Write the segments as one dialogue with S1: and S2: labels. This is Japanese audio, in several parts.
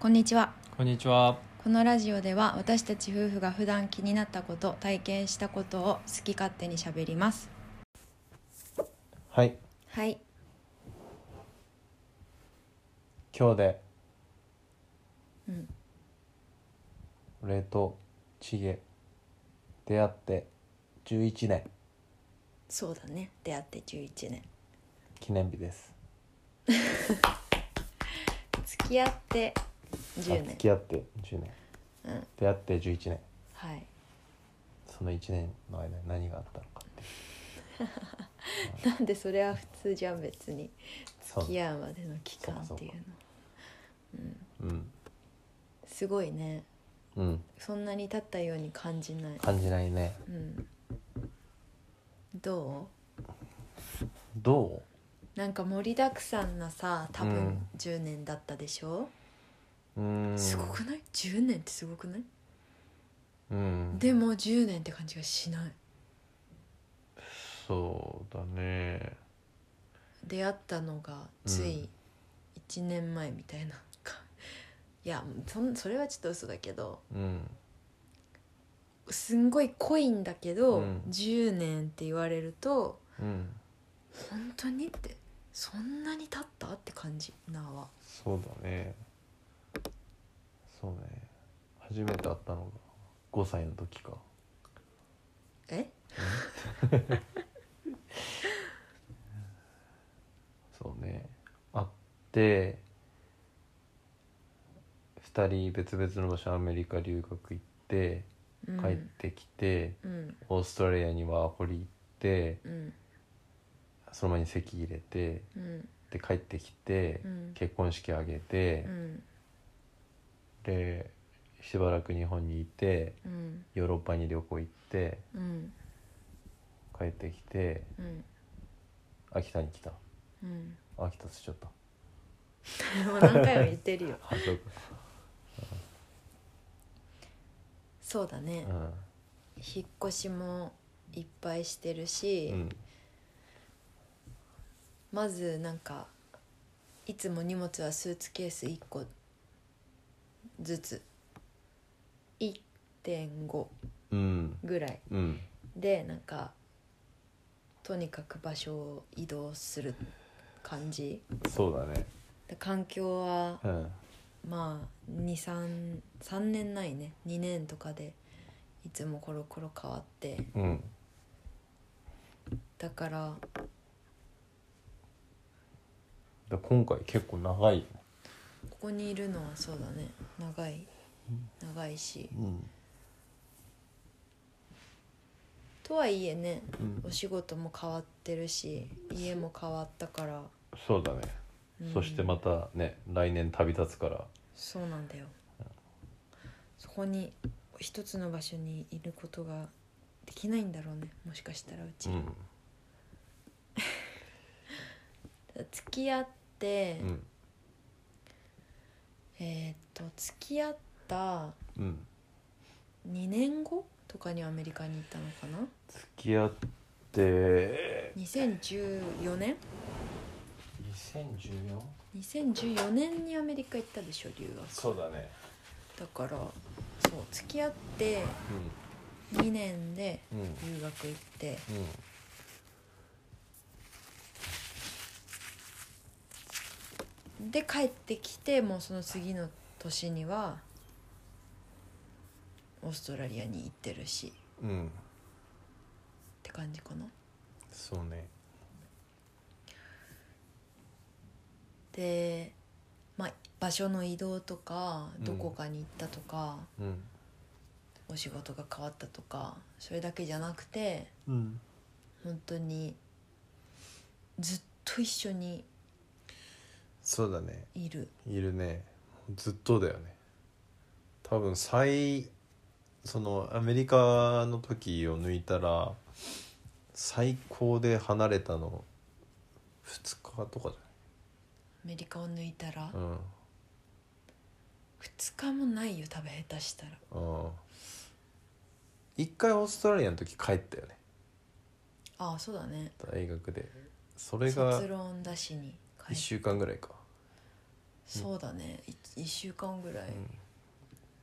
S1: こんにちは
S2: こんにちは。
S1: このラジオでは私たち夫婦が普段気になったこと体験したことを好き勝手にしゃべります
S2: はい、
S1: はい
S2: 今日で。
S1: うん
S2: 俺とチゲ。出会って。11年
S1: そうだね出会って11年
S2: 記念日です。
S1: 付き合って10
S2: あ
S1: 年
S2: 付き合って10年。
S1: うん
S2: 出会って11年。
S1: はい
S2: その1年の間に何があったのかっていう。
S1: なんでそれは普通じゃん別に
S2: そ
S1: 付
S2: う
S1: き。合うまでの期間っていうの
S2: そうかうん。
S1: すごいね
S2: うん。
S1: そんなに経ったように感じない
S2: 感じないね。
S1: うんど
S2: ど
S1: うなんか盛りだくさんなさ多
S2: う
S1: 分
S2: ん
S1: 10年だったでしょ、
S2: う。うーん。
S1: すごくない10年ってすごくない
S2: うん。
S1: でも10年って感じがしない
S2: そうだね。
S1: 出会ったのがつい1年前みたいな、かいやそんそれはちょっと嘘だけど
S2: うん。
S1: すんごい濃いんだけど、
S2: うん
S1: 10年って言われると
S2: うん。
S1: 本当にってそんなに経ったって感じなは
S2: そうだね。そうね。初めて会ったのが5歳の時か。
S1: え
S2: そうね会って2人別々の場所アメリカ留学行って
S1: うん
S2: 帰ってきて、
S1: うん
S2: オーストラリアにワーホリ行って
S1: うん
S2: その前に籍入れて
S1: うん
S2: で帰ってきて、
S1: うん
S2: 結婚式挙げて
S1: う、ん
S2: でしばらく日本にいて
S1: うん
S2: ヨーロッパに旅行行って
S1: うん
S2: 帰ってきて
S1: うん
S2: 秋田に来た
S1: うん
S2: 秋田捨てちゃった
S1: もう何回も言ってるよ
S2: あそうか
S1: そうだね、引っ越しもいっぱいしてるし、
S2: うん
S1: まずなんかいつも荷物はスーツケース1個ずつ1.5
S2: うん
S1: ぐらい
S2: うん
S1: でなんかとにかく場所を移動する感じ
S2: そうだね
S1: で環境は
S2: うん
S1: まあ233年ないね2年とかでいつもコロコロ変わって
S2: うん
S1: だから
S2: だから今回結構長い、
S1: ここにいるのはそうだね長い長いし
S2: うん
S1: とはいえねお仕事も変わってるし家も変わったから、
S2: そうだね、
S1: うん
S2: そしてまたね来年旅立つから
S1: そうなんだよそこに一つの場所にいることができないんだろうねもしかしたらうち、
S2: うん
S1: 付き合って、
S2: うん
S1: えーっと付き合った
S2: うん
S1: 2年後とかにアメリカに行ったのかな
S2: 付き合って
S1: 2014年
S2: 2014?
S1: 2014年にアメリカ行ったでしょ留学
S2: そうだね
S1: だからそう付き合って2年で
S2: うんうん
S1: 留学行って
S2: うん
S1: で帰ってきてもうその次の年にはオーストラリアに行ってるしっ
S2: うん
S1: て感じかな
S2: そうね
S1: で、まあ、場所の移動とか
S2: うん
S1: どこかに行ったとか、
S2: うん
S1: お仕事が変わったとかそれだけじゃなくて
S2: うん
S1: 本当にずっと一緒に
S2: そうだね
S1: いる
S2: いるねずっとだよね多分最そのアメリカの時を抜いたら最高で離れたの2日とかじ
S1: アメリカを抜いたら
S2: ゃない
S1: 2日もないよ多分下手したら
S2: うんうん一回オーストラリアの時帰ったよね
S1: ああそうだね
S2: 大学でそれが
S1: 卒論だしに帰
S2: 1
S1: って
S2: 週間ぐらいか
S1: そうだねい1週間ぐらい、
S2: うん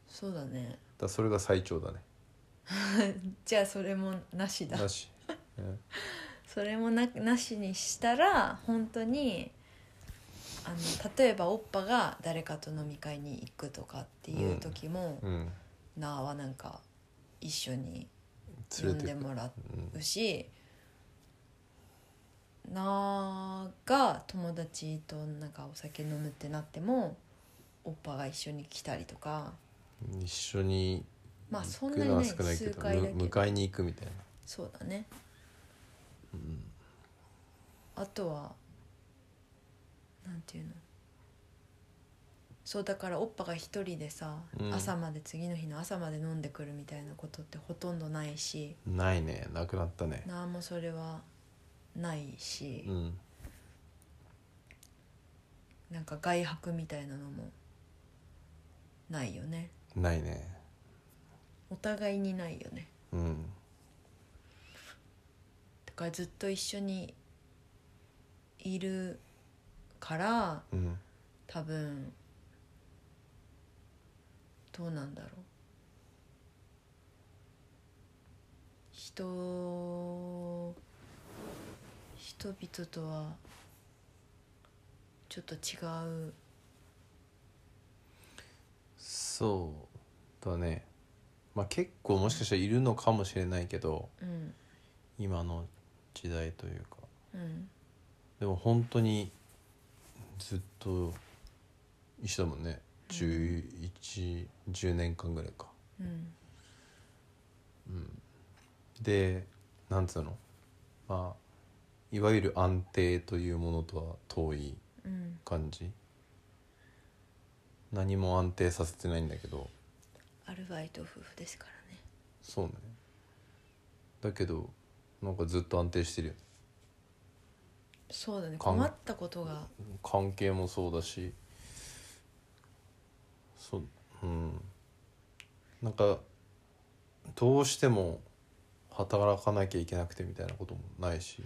S1: そうだね
S2: だそれが最長だね
S1: じゃあそれもなしだ
S2: なし、 うん
S1: それもななしにしたら本当にあの例えばおっぱが誰かと飲み会に行くとかっていう時も、
S2: うん、
S1: なあはなんか一緒に呼
S2: 連
S1: ん
S2: れて
S1: で
S2: く
S1: もらう
S2: うん
S1: しなあが友達となんかお酒飲むってなってもおっぱが一緒に来たりとか
S2: 一緒に
S1: まあそ
S2: 行
S1: ん
S2: く
S1: なに
S2: のは
S1: ね
S2: 少ない
S1: 数
S2: けど、
S1: 回だけ
S2: む
S1: ど
S2: 迎えに行くみたいな、
S1: そうだね
S2: うん、
S1: あとはなんていうのそうだからおっぱが一人でさ、
S2: うん
S1: 朝まで次の日の朝まで飲んでくるみたいなことってほとんどないし
S2: ないねなくなったね
S1: なんもそれはないし、
S2: うん
S1: なんか外泊みたいなのもないよね
S2: ないね
S1: お互いにないよね
S2: うん
S1: だからずっと一緒にいるから
S2: うん
S1: 多分どうなんだろう人人々とはちょっと違う
S2: そうだねまあ結構もしかしたらいるのかもしれないけど
S1: うん
S2: 今の時代というか
S1: うん
S2: でも本当にずっと一緒だもんね1110年間ぐらいか
S1: うん
S2: でなんつうのまあいわゆる安定というものとは遠い
S1: うん
S2: 感じ何も安定させてないんだけど
S1: アルバイト夫婦ですからね
S2: そうねだけどなんかずっと安定してるよね
S1: そうだね
S2: かん
S1: 困ったことが
S2: 関係もそうだしそううんなんかどうしても働かなきゃいけなくてみたいなこともないし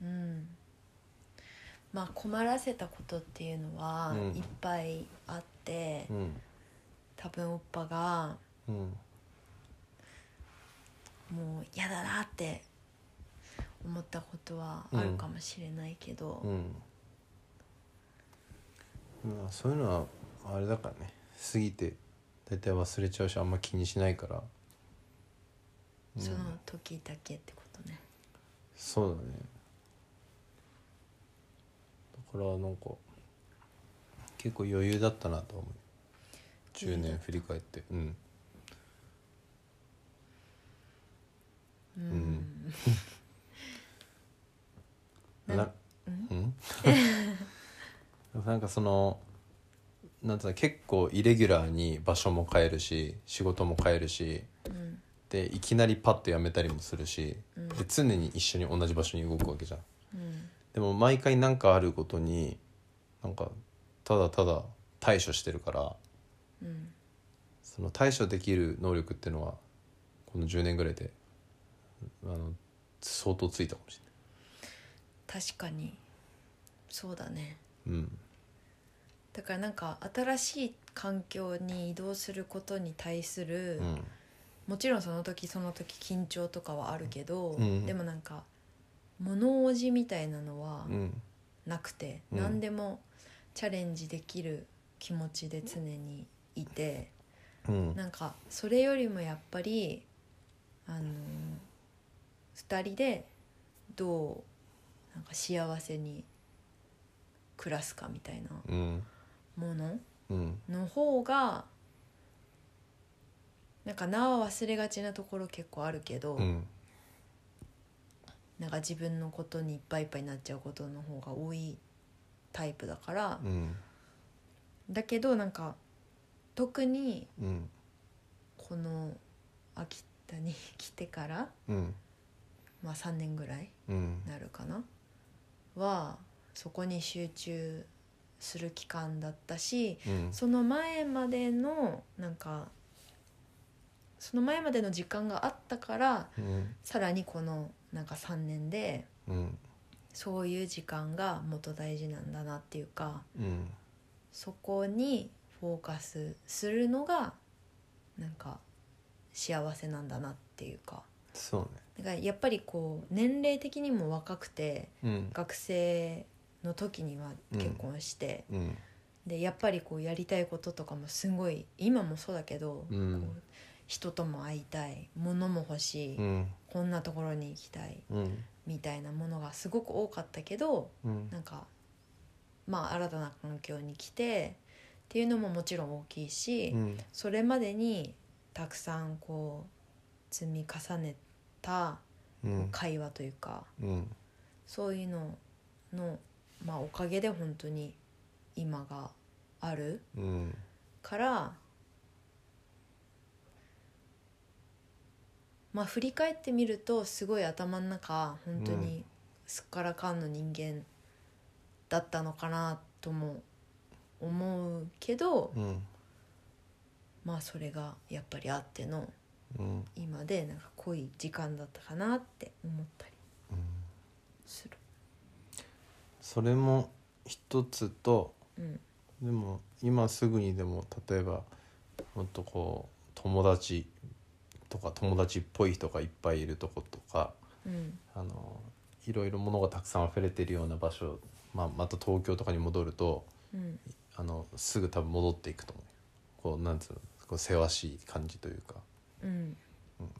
S1: うんまあ困らせたことっていうのは
S2: うん
S1: いっぱいあって、
S2: うん
S1: 多分おっぱが
S2: うん
S1: もう嫌だなって思ったことはあるかもしれないけど、
S2: うんまあそういうのはあれだからね過ぎて大体忘れちゃうしあんま気にしないから
S1: その時だけってことね
S2: そうだねだからなんか結構余裕だったなと思う10
S1: 余裕だ
S2: 年
S1: った
S2: 振り返ってうん
S1: うん、
S2: なうん、で もなんかそのなんていうの結構イレギュラーに場所も変えるし仕事も変えるし
S1: うん
S2: でいきなりパッと辞めたりもするし、
S1: うん
S2: で常に一緒に同じ場所に動くわけじゃん
S1: うん
S2: でも毎回何かあることになんかただただ対処してるから
S1: うん
S2: その対処できる能力っていうのはこの10年ぐらいであの相当ついたかもし
S1: 確かにそうだね
S2: れないうん
S1: だからなんか新しい環境に移動することに対する、
S2: うん
S1: もちろんその時その時緊張とかはあるけど、
S2: うん
S1: でもなんか物おじみたいなのは
S2: うん
S1: なくて、
S2: うん
S1: 何でもチャレンジできる気持ちで常にいて、
S2: うん
S1: なんかそれよりもやっぱりあの2人でどうなんか幸せに暮らすかみたいな
S2: うん
S1: もの
S2: うん
S1: の方がなんかなは忘れがちなところ結構あるけど、
S2: うん
S1: なんか自分のことにいっぱいいっぱいになっちゃうことの方が多いタイプだから、
S2: うん
S1: だけどなんか特に
S2: うん
S1: この秋田に 来てから、
S2: うん
S1: まあ、3年ぐらい
S2: うん
S1: なるかなはそこに集中する期間だったし
S2: うん
S1: その前までのなんかその前までの時間があったから
S2: うん
S1: さらにこのなんか3年で
S2: うん
S1: そういう時間がもっと大事なんだなっていうかそこにフォーカスするのがなんか幸せなんだなっていうか
S2: そう
S1: だからやっぱりこう年齢的にも若くて
S2: ね
S1: 学生の時には結婚して、
S2: うんうん
S1: でやっぱりこうやりたいこととかもすごい今もそうだけど、
S2: うん
S1: こう人とも会いたい物も欲しい、
S2: うん
S1: こんなところに行きたい
S2: うん
S1: みたいなものがすごく多かったけど
S2: うん
S1: なんかまあ新たな環境に来てっていうのももちろん大きいし、
S2: うん
S1: それまでにたくさんこう積み重ねた
S2: うん
S1: 会話というか
S2: うん
S1: そういうのの、まあ、おかげで本当に今がある
S2: うん
S1: から、まあ、振り返ってみるとすごい頭の中本当にすっからかんの人間だったのかなとも思うけど、
S2: うん
S1: まあそれがやっぱりあっての
S2: うん
S1: 今でなんか濃い時間だったかなって思ったりする。
S2: それも一つと
S1: うん
S2: でも今すぐにでも例えばもっとこう友達とか友達っぽい人がいっぱいいるとことか
S1: うん
S2: あのいろいろものがたくさん溢れてるような場所、まあ、また東京とかに戻ると
S1: うん
S2: あのすぐ多分戻っていくと思うこうなんつうのこうせわしい感じというか、
S1: うん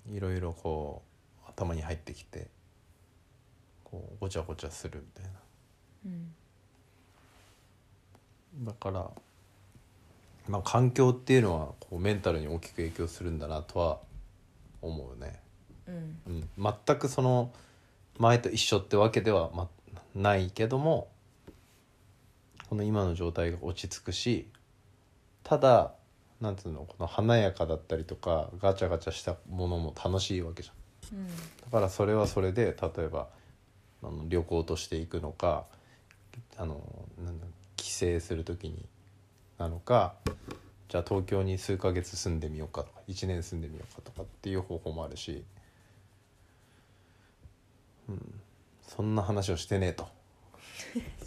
S2: うん、いろいろこう頭に入ってきてこうごちゃごちゃするみたいな。
S1: うん
S2: だから、まあ、環境っていうのはこうメンタルに大きく影響するんだなとは思うね、
S1: うん
S2: うん、全くその前と一緒ってわけでは、ま、ないけどもこの今の状態が落ち着くしただなんていうのこの華やかだったりとかガチャガチャしたものも楽しいわけじゃん。
S1: うん
S2: だからそれはそれで例えばあの旅行として行くのかあのなんだ帰省する時になのかじゃあ東京に数ヶ月住んでみようかとか1年住んでみようかとかっていう方法もあるし、うん、そんな話をしてねえと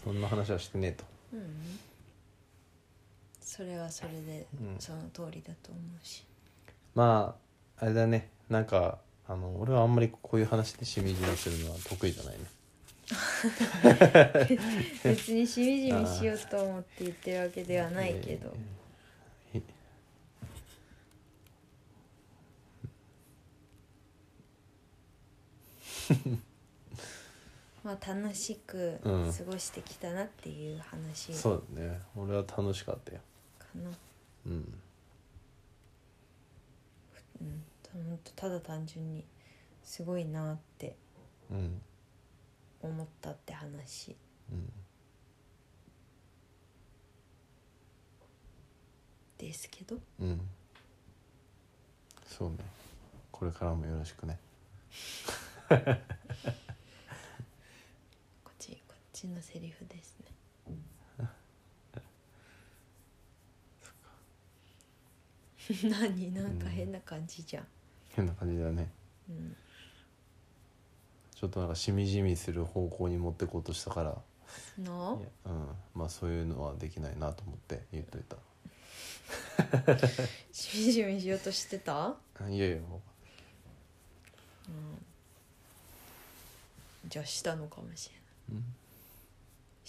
S2: そんな話はしてねえと。
S1: うんそれはそれで
S2: うん
S1: その通りだと思う し、
S2: まああれだねなんかあの俺はあんまりこういう話でしみじみするのは得意じゃないね。
S1: 別にしみじみしようと思って言ってるわけではないけど、
S2: えー。
S1: まあ楽しく過
S2: うん
S1: ごしてきたなっていう話か
S2: そうだね俺は楽しかったよ
S1: な、
S2: うん
S1: うん、ほんとただ単純にすごいなって
S2: うん
S1: 思ったって話
S2: うん
S1: ですけど
S2: うんそうねこれからもよろしくね
S1: こっちこっちのセリフですね 何なんか変な感じじゃん、
S2: 変な感じだね
S1: うん、
S2: ちょっとなんかしみじみする方向に持ってこうとしたから
S1: ない
S2: やうんまあそういうのはできないなと思って言っといた
S1: しみじみしようとしてた、
S2: あいやいやも、
S1: うん、じゃあしたのかもしれないう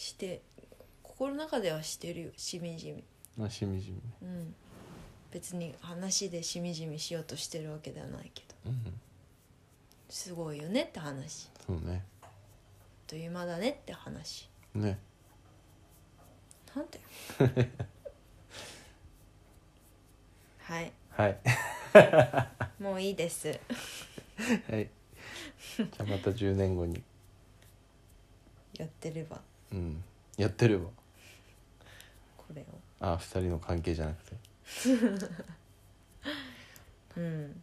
S1: して心の中ではしてるよしみじみ
S2: うん、あしみじみね
S1: うん別に話でしみじみしようとしてるわけではないけど
S2: うん
S1: すごいよねって話あ
S2: そうね
S1: っという間だねって話
S2: ね
S1: なんだよはい
S2: はい
S1: もういいです
S2: はいじゃあまた10年後に
S1: やってれば
S2: うんやってるわ
S1: これを
S2: あ二人の関係じゃなくて
S1: うん、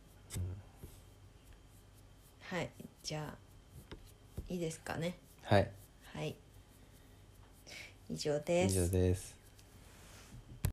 S1: はいじゃあいいですかね
S2: はい
S1: はい以上
S2: 以
S1: です
S2: 上です